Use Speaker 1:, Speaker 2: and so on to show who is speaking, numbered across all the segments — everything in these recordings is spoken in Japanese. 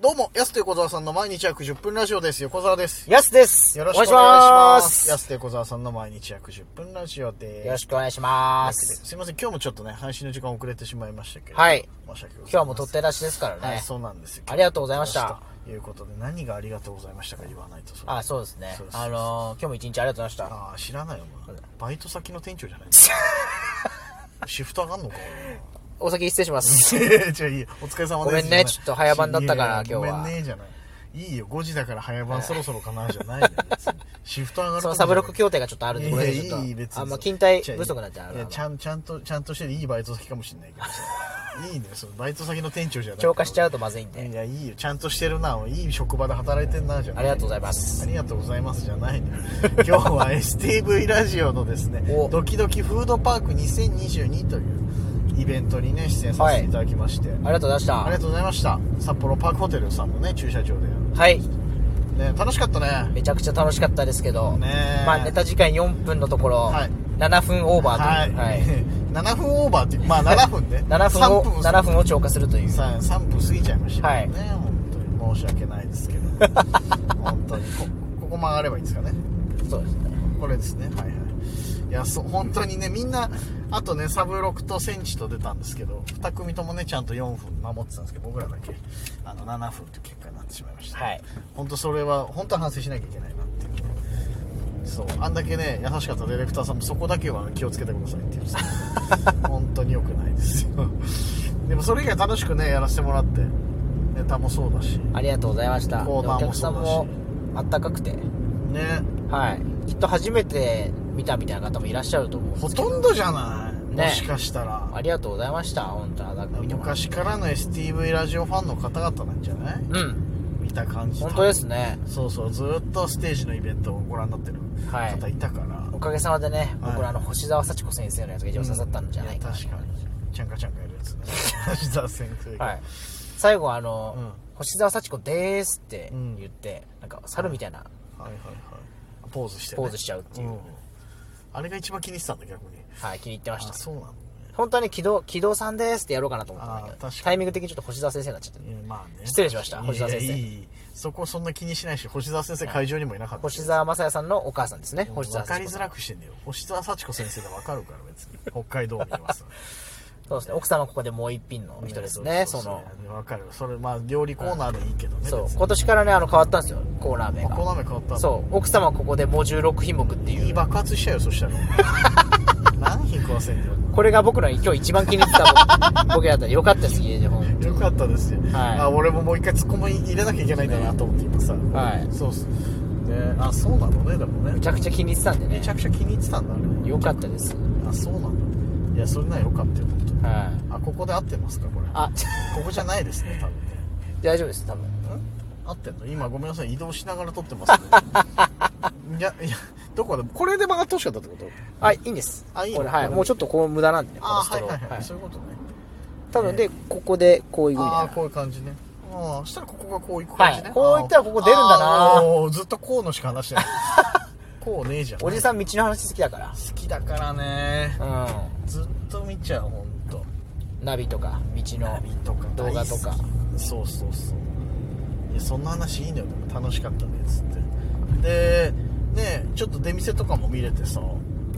Speaker 1: どうも、やすと横澤さんの毎日約10分ラジオです。横澤です。
Speaker 2: やすです。
Speaker 1: よろしくお願いします。やすと横澤さんの毎日約10分ラジオです。
Speaker 2: よろしくお願いします。
Speaker 1: すいません、今日もちょっとね、配信の時間遅れてしまいましたけれど。
Speaker 2: はい。
Speaker 1: 申し訳ございません。
Speaker 2: 今日はもう取って出しですから
Speaker 1: はい、
Speaker 2: ね。
Speaker 1: そうなんですよ。
Speaker 2: ありがとうございました
Speaker 1: 今日も撮ってということで、何がありがとうございましたか言わないと。
Speaker 2: あ、そうですね
Speaker 1: そうで。す
Speaker 2: あのー、今日も一日ありがとうございま
Speaker 1: ああ、知らないよ、お前。バイト先の店長じゃないの シフト上がんのか
Speaker 2: した。お先失礼しま す。
Speaker 1: いやじゃあいいよお疲れ様です。
Speaker 2: ごめんね
Speaker 1: じゃない
Speaker 2: ちょっと早番だったから
Speaker 1: いやいや
Speaker 2: 今日は
Speaker 1: ごめんね、じゃない。いいよ、5時だから早番そろそろかな、じゃないのよ別にシフト上がる とこじゃ
Speaker 2: その
Speaker 1: ない
Speaker 2: サブロック協定がちょっとあるんで、これ
Speaker 1: いや
Speaker 2: ちょっ
Speaker 1: いい別
Speaker 2: と、
Speaker 1: に
Speaker 2: あんま勤怠不足なんてあ
Speaker 1: いや
Speaker 2: る
Speaker 1: ちゃんちゃんとちゃんとしてていいバイト先かもしれないけどさいいねそのバイト先の店長じゃない
Speaker 2: 超過しちゃうと
Speaker 1: ま
Speaker 2: まずいんで。
Speaker 1: いやいいよちゃんとしてるないい職場で働いてんなじゃ
Speaker 2: あ
Speaker 1: ない
Speaker 2: りがとうございま
Speaker 1: あ
Speaker 2: す。
Speaker 1: りがとうございますじゃない のよ今日は STV ラジオのですね
Speaker 2: お
Speaker 1: ドキドキフードパーク2022というイベントにね出演させていただきまして、
Speaker 2: ありがとうございまし
Speaker 1: ありがとうございました札幌パークホテルさんのね駐車場で、
Speaker 2: た。はい。
Speaker 1: ね、楽しかったね
Speaker 2: めちゃくちゃ楽しかったですけど、
Speaker 1: ねえ
Speaker 2: まあネタ時間4分のところ
Speaker 1: はい、
Speaker 2: 7分オーバ
Speaker 1: はい、
Speaker 2: ーという。はい。
Speaker 1: 7分オーバーっていうまあ7分 ね
Speaker 2: 7分を、
Speaker 1: 3分
Speaker 2: 7分を超過するという。
Speaker 1: さ3分過ぎちゃいましたけどね、
Speaker 2: は
Speaker 1: 本当に申し訳ないですけ ど本当にこここ曲がればいいですかね
Speaker 2: そうですね。
Speaker 1: これですねはいはいいやそう本当にねみんなあとねサブロクとセンチと出たんですけど2組ともねちゃんと4分守ってたんですけど僕らだけあの7分という結果になってしまいました、
Speaker 2: はい
Speaker 1: 本当それは本当は反省しなきゃいけないなっていうねそうあんだけね優しかったディレクターさんもそこだけは気をつけてくださいっていうさ 本当に良くないですよでもそれ以外楽しくねやらせてもらってネタもそうだし
Speaker 2: ありがとうございました。で
Speaker 1: コーナ
Speaker 2: お
Speaker 1: ーも
Speaker 2: 客
Speaker 1: そ
Speaker 2: さ
Speaker 1: うんだし
Speaker 2: もあったかくて。
Speaker 1: ね
Speaker 2: はい、きっと初めて見たみたいな方もいらっしゃると思うんで
Speaker 1: ほ
Speaker 2: すけど
Speaker 1: とんどじゃない、
Speaker 2: ね
Speaker 1: もしかしたら
Speaker 2: ありがとうございました本当あ見てもらって
Speaker 1: 昔からの STV ラジオファンの方々なんじゃない
Speaker 2: うん
Speaker 1: 見た感じ
Speaker 2: 本当ですね
Speaker 1: そうそうずっとステージのイベントをご覧になってる
Speaker 2: はい
Speaker 1: 方いたから、
Speaker 2: おかげさまでね、
Speaker 1: はい
Speaker 2: 僕らの星沢幸子先生のやつが一番刺さったんじゃないかな、
Speaker 1: や確かにちゃんかちゃんかやるやつね橋田先生が、
Speaker 2: はい、最後あの、
Speaker 1: うん
Speaker 2: 星沢幸子でーすって言って、なんか猿みたいな
Speaker 1: はいはいはいポーズして、ね、
Speaker 2: ポーズしちゃうっていう、
Speaker 1: んあれが一番気にしてたんだ逆に
Speaker 2: はい、気に入ってま
Speaker 1: あ
Speaker 2: した
Speaker 1: そうなのね
Speaker 2: 本当はね木戸木戸さんですってやろうかなと思ったんだ
Speaker 1: あー
Speaker 2: けど
Speaker 1: 確かに
Speaker 2: タイミング的にちょっと星沢先生になっちゃって、
Speaker 1: いやまあね
Speaker 2: 失礼しました
Speaker 1: いや
Speaker 2: 星沢先生
Speaker 1: いやいいそこそんな気にしないし星沢先生会場にもいなかったし
Speaker 2: 星沢雅也さんのお母さんですね星沢
Speaker 1: 分かり
Speaker 2: 幸子
Speaker 1: づ
Speaker 2: さん
Speaker 1: らくしてんだよ星沢幸子先生が分かるから別 に北海道民はさ
Speaker 2: そうですね奥様はここでもう一品の人ですねその
Speaker 1: わかるそれまあ料理コーナーでいいけどね
Speaker 2: そう
Speaker 1: 別に
Speaker 2: 今年からねあの変わったんですよコーナー名
Speaker 1: あコー
Speaker 2: が
Speaker 1: ナー名変わったの
Speaker 2: そう奥様はここでもう16品目って
Speaker 1: い
Speaker 2: い
Speaker 1: いう爆発しちゃうよそ したら何品食わせんだよ
Speaker 2: これが僕の今日一番気に入ってた 僕僕だったらよかったです家でほん
Speaker 1: よかったですよ、
Speaker 2: はい
Speaker 1: あ俺ももう一回ツッコミ入れなきゃいけないんだなと思って今さ、
Speaker 2: はい
Speaker 1: そうっすねあそうなのねでもね
Speaker 2: めちゃくちゃ気に入ってたんで
Speaker 1: め
Speaker 2: ね
Speaker 1: ちゃくちゃ気に入ってたんだあれ
Speaker 2: よかったです
Speaker 1: あそうなんだいやそれならよかったよ本当に
Speaker 2: はい
Speaker 1: あここで合ってますかこれ
Speaker 2: あ
Speaker 1: ここじゃないですね多分ね
Speaker 2: 大丈夫です多分
Speaker 1: 合ってんの今ごめんなさい移動しながら撮って ますねいやいやどこだこれで曲がってほしかったってこと
Speaker 2: あいいんです
Speaker 1: あいいの
Speaker 2: これはいもうちょっとこう無駄なんでねこ
Speaker 1: あ
Speaker 2: の
Speaker 1: あ
Speaker 2: スト
Speaker 1: はい
Speaker 2: ロ
Speaker 1: はい
Speaker 2: ー
Speaker 1: はい、
Speaker 2: はい
Speaker 1: そういうことね
Speaker 2: 多分でここでこういうみ
Speaker 1: あ
Speaker 2: た
Speaker 1: あ
Speaker 2: い
Speaker 1: こういう感じねああそしたらここがこういく感じね、
Speaker 2: はいこういったらここ出るんだな
Speaker 1: あーおーずっとこうのしか話して ないこうねえじゃん
Speaker 2: なおじさん道の話好きだか
Speaker 1: 好きだからね
Speaker 2: ら
Speaker 1: ずっと見ちゃうほんと
Speaker 2: うんナビとか道の
Speaker 1: 旅とか
Speaker 2: 動画とか
Speaker 1: 大好きそうそうそういやそんな話いいのよでも楽しかったねっつってでねちょっと出店とかも見れてさ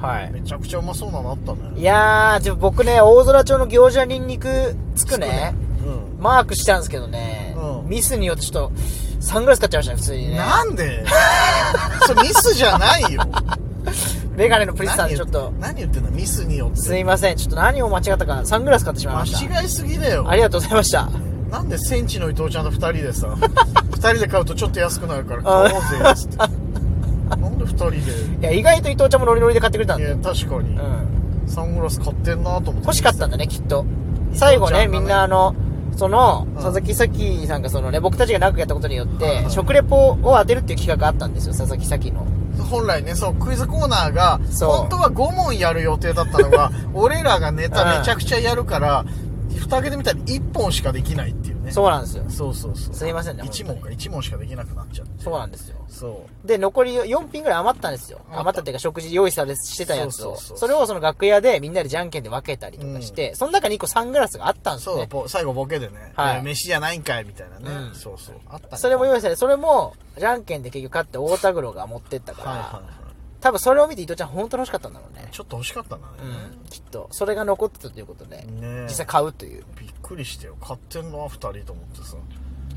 Speaker 2: はい
Speaker 1: めちゃくちゃうまそうなのあったね
Speaker 2: いやー、ちょ僕ね、大空町の行者ニンニクつくね、
Speaker 1: うん
Speaker 2: マークしたんですけどね、
Speaker 1: うん
Speaker 2: ミスによってちょっと、サングラス買っちゃいましたね、普通にね。
Speaker 1: なんで それミスじゃないよ
Speaker 2: メガネのプリスさんでちょっと、
Speaker 1: 何言って何言ってんだミスによっ
Speaker 2: す
Speaker 1: て
Speaker 2: いません、ちょっと何を間違ったか、サングラス買ってしまいました。
Speaker 1: 間違いすぎだよ
Speaker 2: ありがとうございました。
Speaker 1: なんでセンチの伊藤ちゃんと2人で さ2人で買うとちょっと安くなるから買おうぜっつってなんで2人で
Speaker 2: いや、意外と伊藤ちゃんもノリノリで買ってくれたん
Speaker 1: い
Speaker 2: で。
Speaker 1: や確かに、
Speaker 2: うん。
Speaker 1: サングラス買ってんなと思って
Speaker 2: 欲しかったんだね、きっと。
Speaker 1: 藤ちゃんがね
Speaker 2: 最後ね、みんなあの、その、
Speaker 1: ん
Speaker 2: 佐々木咲さんがそのね、僕たちが長くやったことによっ
Speaker 1: はい
Speaker 2: て
Speaker 1: は、い
Speaker 2: 食レポを当てるっていう企画があったんですよ、佐々木咲の。
Speaker 1: 本来ねそうクイズコーナーが
Speaker 2: そう
Speaker 1: 本当は5問やる予定だったの が俺らがネタめちゃくちゃやるから、蓋開けてみたら1本しかできないっていうね
Speaker 2: そうなんですよ
Speaker 1: そうそうそう
Speaker 2: すいませんね
Speaker 1: 1問
Speaker 2: 本当
Speaker 1: か
Speaker 2: に
Speaker 1: 1問しかできなくなっちゃって
Speaker 2: そうなんですよ
Speaker 1: そ
Speaker 2: で残り4品ぐらい余ったんですよ
Speaker 1: 余った
Speaker 2: 余ったっていうか食事用意されしてたやつ
Speaker 1: そう
Speaker 2: を
Speaker 1: そうそう
Speaker 2: それをその楽屋でみんなでじゃんけんで分けたりとかして、その中に1個サングラスがあったん
Speaker 1: う
Speaker 2: です
Speaker 1: そう、
Speaker 2: よね
Speaker 1: ぼ最後ボケでね、
Speaker 2: はい
Speaker 1: 飯じゃないんかいみたいなね、
Speaker 2: うん
Speaker 1: そうそうあったね
Speaker 2: それも用意されてそれもじゃんけんで結局勝って太田黒が持ってったから、
Speaker 1: はいはいはい
Speaker 2: 多分それを見て伊藤ちゃん本当に欲しかったんだろうね
Speaker 1: ちょっと欲しかったな、ね
Speaker 2: うんきっとそれが残ってたということで、
Speaker 1: ねえ
Speaker 2: 実際買うという
Speaker 1: びっくりしてよ買ってんの2人と思ってさ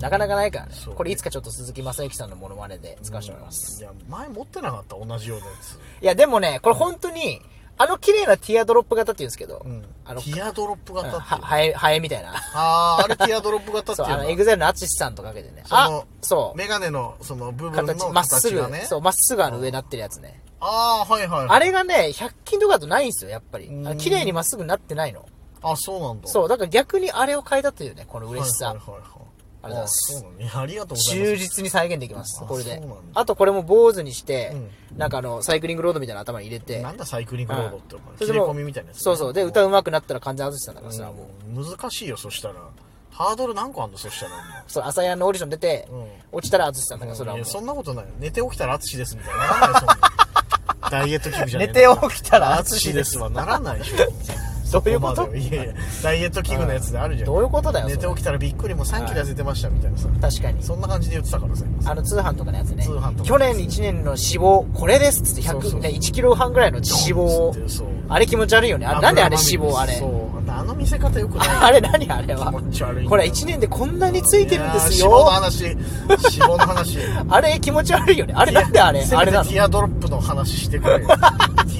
Speaker 2: なかなかないからね
Speaker 1: そう
Speaker 2: これいつかちょっと鈴木雅之さんのモノマネで使わせてもらいます、
Speaker 1: いや前持ってなかった同じようなやつ
Speaker 2: いやでもねこれ本当にあの綺麗なティアドロップ型っていうんですけど、
Speaker 1: うん
Speaker 2: あの
Speaker 1: ティアドロップ型って
Speaker 2: は
Speaker 1: いうの
Speaker 2: ハエハエみたい
Speaker 1: あ
Speaker 2: な
Speaker 1: ああれティアドロップ型って
Speaker 2: そ
Speaker 1: いうう
Speaker 2: あのエ
Speaker 1: の
Speaker 2: グザイルの淳さんとかけてね
Speaker 1: その
Speaker 2: あそう
Speaker 1: メガネのその部分の
Speaker 2: 形まっす
Speaker 1: 形
Speaker 2: ぐ
Speaker 1: がね
Speaker 2: そうまっすぐあの上になってるやつね
Speaker 1: ああはいはい
Speaker 2: あれがね100均とかだとないんですよやっぱり
Speaker 1: うん
Speaker 2: あの綺麗にまっすぐなってないの
Speaker 1: あそうなんだ
Speaker 2: そうだから逆にあれを変えたというねこの嬉しさ、
Speaker 1: はいはいはいはい
Speaker 2: ありがとうございます
Speaker 1: あそうなのねありがとうございます
Speaker 2: 忠実に再現できます
Speaker 1: あ
Speaker 2: これ
Speaker 1: そう
Speaker 2: で
Speaker 1: なんだ
Speaker 2: あとこれも坊主にして、なんかあのサイクリングロードみたいなの頭に入れて
Speaker 1: なんだサイクリングロードってお前
Speaker 2: そ
Speaker 1: 切
Speaker 2: れで
Speaker 1: れ
Speaker 2: も
Speaker 1: 込みみたいなやつね
Speaker 2: そうそうで歌うまくなったら完全淳さんだから
Speaker 1: うん
Speaker 2: さ、もう
Speaker 1: 難しいよそしたらハードル何個あんのそしたら
Speaker 2: そう朝やんのオーディション出て、
Speaker 1: うん
Speaker 2: 落ちたら淳さんだ
Speaker 1: お
Speaker 2: か
Speaker 1: 前
Speaker 2: らそれはいも
Speaker 1: や
Speaker 2: う
Speaker 1: そんなことないよ寝て起きたら淳ですみた いなならないよそんなダイエット器具じゃねえんだから
Speaker 2: 寝て起きたら
Speaker 1: 淳ですはならないでしょ
Speaker 2: どういうこと
Speaker 1: そこまでよいやいやダイエット器具のやつであるじゃん
Speaker 2: どういうことだよ
Speaker 1: 寝て
Speaker 2: それ
Speaker 1: 起きたらびっくりもう3キロ痩せてましたみたいなさ
Speaker 2: 確かに
Speaker 1: そんな感じで言ってたからさ今
Speaker 2: あの通販とかのやつね
Speaker 1: 通販とか
Speaker 2: 去年1年の脂肪これですっつって100
Speaker 1: そうそう
Speaker 2: ね1キロ半ぐらいの脂肪を
Speaker 1: そう
Speaker 2: あれ気持ち悪いよねあなんであれ脂肪あれ
Speaker 1: そうあの見せ方よくない
Speaker 2: あれ何あれは
Speaker 1: 気持ち悪いんだよ
Speaker 2: これ1年でこんなについてるんです
Speaker 1: いやー脂肪
Speaker 2: よ
Speaker 1: の話、脂肪の話。
Speaker 2: あれ気持ち悪いよねあれ なんであれ
Speaker 1: せめて
Speaker 2: あれなの
Speaker 1: ティアドロップの話してくれよ。テ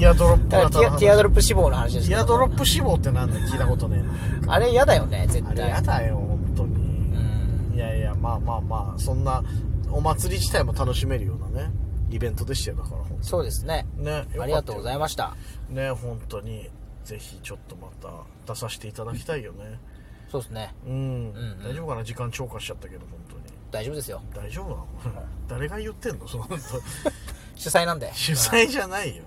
Speaker 1: ィアドロップ
Speaker 2: だから
Speaker 1: 型
Speaker 2: テ
Speaker 1: の
Speaker 2: ィア
Speaker 1: 話。
Speaker 2: ティアドロップ脂肪の話です
Speaker 1: テ
Speaker 2: け
Speaker 1: ィ
Speaker 2: ど
Speaker 1: アドロップ脂肪ってなんだよ聞いたことねえ
Speaker 2: あれ嫌だよね絶
Speaker 1: な。あれ
Speaker 2: 対
Speaker 1: やだよ、本当
Speaker 2: う
Speaker 1: に。
Speaker 2: ん
Speaker 1: いやいや、まあまあまあ、そんな、お祭り自体も楽しめるようなね、イベントでしたよ、だから、本
Speaker 2: そうですね
Speaker 1: 当に。ね、
Speaker 2: ありがとうござい
Speaker 1: ま
Speaker 2: ました
Speaker 1: す。ね、本当に、ぜひちょっとまた出させていただきたいよね。
Speaker 2: そうですね
Speaker 1: うん。
Speaker 2: うん
Speaker 1: 大丈夫かな時間超過しちゃったけど、本当に。
Speaker 2: 大丈夫ですよ
Speaker 1: 大丈夫なの 誰が言ってんのその本当
Speaker 2: 主催なんで
Speaker 1: 主催じゃないよ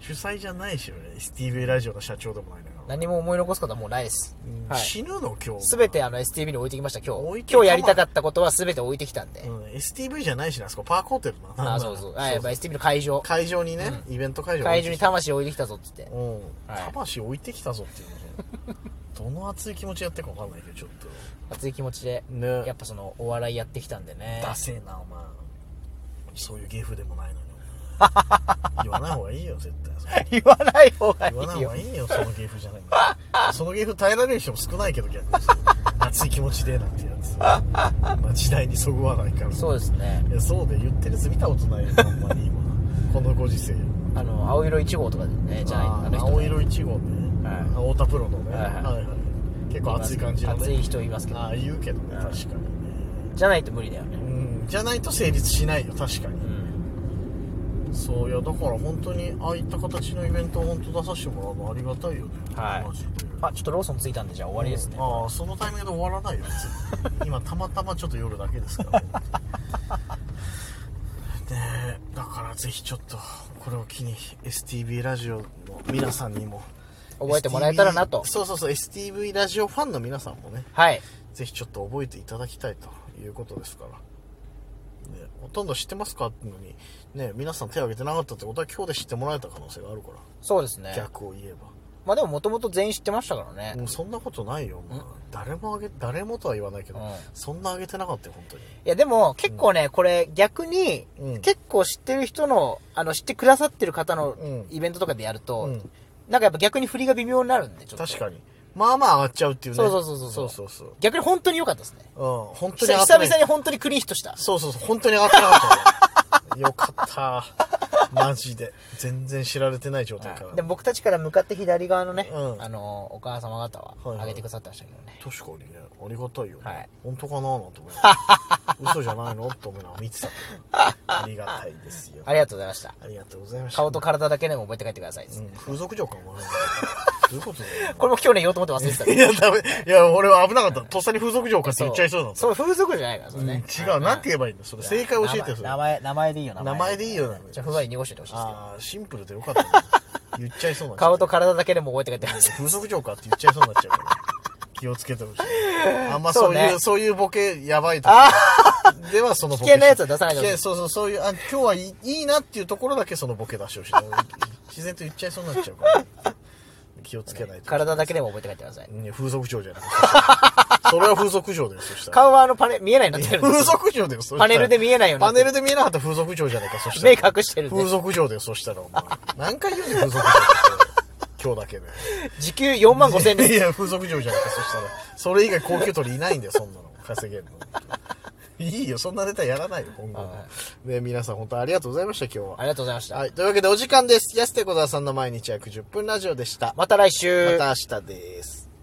Speaker 1: 主催じゃないし俺 STV ラジオの社長でもないんだから、
Speaker 2: 何も思い残すことはもうないです、はい
Speaker 1: 死ぬの今日
Speaker 2: すべてあの STV に置いてきました今
Speaker 1: 置い
Speaker 2: 日
Speaker 1: てきた
Speaker 2: 今日やりたかったことはすべて置いてきたんで、
Speaker 1: うん、STV じゃないしなあそこパークホテルな
Speaker 2: あそうそうあやっぱ STV の会場
Speaker 1: 会場にね、イベント会場
Speaker 2: 会場に魂置いてきたぞっつって
Speaker 1: うん、
Speaker 2: はい
Speaker 1: 魂置いてきたぞっていうの それどの熱い気持ちやってるか分かんないけどちょっ
Speaker 2: 熱い気持ちで
Speaker 1: とね
Speaker 2: やっぱそのお笑いやってきたんでね
Speaker 1: ダセえなお前そういう芸風でも ないのに言わない方がいいよ絶対それ
Speaker 2: 言わない方がい
Speaker 1: 言わない
Speaker 2: い
Speaker 1: 方
Speaker 2: よ
Speaker 1: がいいよその芸風じゃないんだよその芸風耐えられる人も少ないけど逆に熱い気持ちでなんてやつ、まあ、時代にそぐわないから
Speaker 2: そうですね
Speaker 1: いやそうで言ってるやつ見たことないよあんまり今このご時世
Speaker 2: あの青色1号とかでねじゃない
Speaker 1: あ
Speaker 2: あ
Speaker 1: ー
Speaker 2: の人
Speaker 1: 青色1号ね、
Speaker 2: はい
Speaker 1: 太田プロのね、
Speaker 2: はいはい
Speaker 1: 結構熱い感じのね
Speaker 2: 熱い人いますけど
Speaker 1: ああ言うけどね
Speaker 2: うん
Speaker 1: 確かにね
Speaker 2: じゃないと無理だよね
Speaker 1: うんじゃないと成立しないよ確かに
Speaker 2: うん
Speaker 1: そういやだから本当にああいった形のイベントを本当出させてもらうのありがたいよね
Speaker 2: はい
Speaker 1: マジで
Speaker 2: あちょっとローソンついたんでじゃあ終わりですね
Speaker 1: ああそのタイミングで終わらないよ別に今たまたまちょっと夜だけですからねえだからぜひちょっとこれを機に STV ラジオの皆さんにも
Speaker 2: 覚えてもらえたらなと
Speaker 1: STV そうそうそう STV ラジオファンの皆さんもね
Speaker 2: はい
Speaker 1: ぜひちょっと覚えていただきたいということですから、ね、ほとんど知ってますかってのにね皆さん手を挙げてなかったってことは今日で知ってもらえた可能性があるか
Speaker 2: そうです
Speaker 1: ら
Speaker 2: ね
Speaker 1: 逆を言えば
Speaker 2: まあでももともと全員知ってましたからね
Speaker 1: もうそんなことないよ、もう誰もあげ誰もとは言わないけど、
Speaker 2: うん
Speaker 1: そんなあげてなかったよ本当に
Speaker 2: いやでも結構ね、これ逆に、
Speaker 1: うん
Speaker 2: 結構知ってる人の、あの、知ってくださってる方の
Speaker 1: うん
Speaker 2: イベントとかでやると、
Speaker 1: うん
Speaker 2: なんかやっぱ逆に振りが微妙になるんで、ちょっと。
Speaker 1: 確かにまあまあ上がっちゃうっていうね
Speaker 2: そうそうそうそう
Speaker 1: そうそうそう
Speaker 2: 逆に本当に良かったですね。
Speaker 1: うん本当に上がっ
Speaker 2: 久
Speaker 1: てない
Speaker 2: 々に本当にクリーンヒットした。
Speaker 1: そうそうそう本当に上がってなかったよ よかったマジで全然知られてない状態から、
Speaker 2: で僕たちから向かって左側のね、
Speaker 1: うん
Speaker 2: あの、お母様方は
Speaker 1: はいはい
Speaker 2: 上げてくださってましたけどね。
Speaker 1: 確かにねありがたいよね、
Speaker 2: はい
Speaker 1: 本当かななんて 思いながら嘘じゃないのと思いながら見てたけどありがたいですよ
Speaker 2: ありがとうございました。
Speaker 1: ありがとうございました
Speaker 2: 顔と体だけでも覚えて帰ってください、
Speaker 1: うん風俗嬢かもねどういうことだよ
Speaker 2: これも去年言おうと思って忘れてたんで
Speaker 1: いや、ダメ。いや、俺は危なかった。とっさに風俗嬢かって
Speaker 2: そ
Speaker 1: 言っちゃいそうだった。
Speaker 2: それ風俗じゃないから、それ
Speaker 1: うん
Speaker 2: ね。
Speaker 1: 違う。なんて言えばいいんだ。それ正解教えてよ、それ。
Speaker 2: 名
Speaker 1: あ
Speaker 2: 前、名前でいいよ、
Speaker 1: 名前でいいよ名前
Speaker 2: じゃあ、ふわり濁しておいてほしいですけど。
Speaker 1: あー、シンプルでよかった ね。言っちゃいそうになっちゃう。
Speaker 2: 顔と体だけでも覚えて帰ってください。
Speaker 1: 風俗嬢かって言っちゃいそうになっちゃうから。気をつけてほしい。あんまそういう、
Speaker 2: そう
Speaker 1: そう,、
Speaker 2: ね
Speaker 1: いうボケやばいと
Speaker 2: あ
Speaker 1: ではそのボ
Speaker 2: 危険なやつは出さないでほしい
Speaker 1: 危険そうそう、そういう、あ、今日はいいいいなっていうところだけそのボケ出してほしい。自然と言っちゃいそうになっちゃうから。気をつけないと。
Speaker 2: 体だけでも覚えて帰ってください。
Speaker 1: うん風俗嬢じゃない。それは風俗嬢だよ、そしたら。
Speaker 2: 顔はあのパネ、見えないようになってるんで
Speaker 1: 風
Speaker 2: すよ。
Speaker 1: 俗嬢だよ、そしたら
Speaker 2: パネルで見えないようになっ
Speaker 1: パ
Speaker 2: て
Speaker 1: ネ
Speaker 2: る
Speaker 1: ルで見えなかったら風俗嬢じゃないか、そした
Speaker 2: 目
Speaker 1: ら。
Speaker 2: 隠してるん
Speaker 1: 風
Speaker 2: で。
Speaker 1: 俗嬢だよ、そしたら、お前。何回言うねん、風俗嬢って。今日だけで。
Speaker 2: 時給4万5千円
Speaker 1: い
Speaker 2: です。
Speaker 1: や、風俗嬢じゃないか、そしたら。それ以外高級取りいないんだよ、そんなの。稼げるの。いいよ、そんなネタやらないよ、今後も
Speaker 2: は。
Speaker 1: ね、皆さん本当ありがとうございました、今日は
Speaker 2: あ。りがとうございました。
Speaker 1: はい、というわけでお時間です。安手小沢さんの毎日約10分ラジオでした。ま
Speaker 2: また来週。
Speaker 1: た明日です。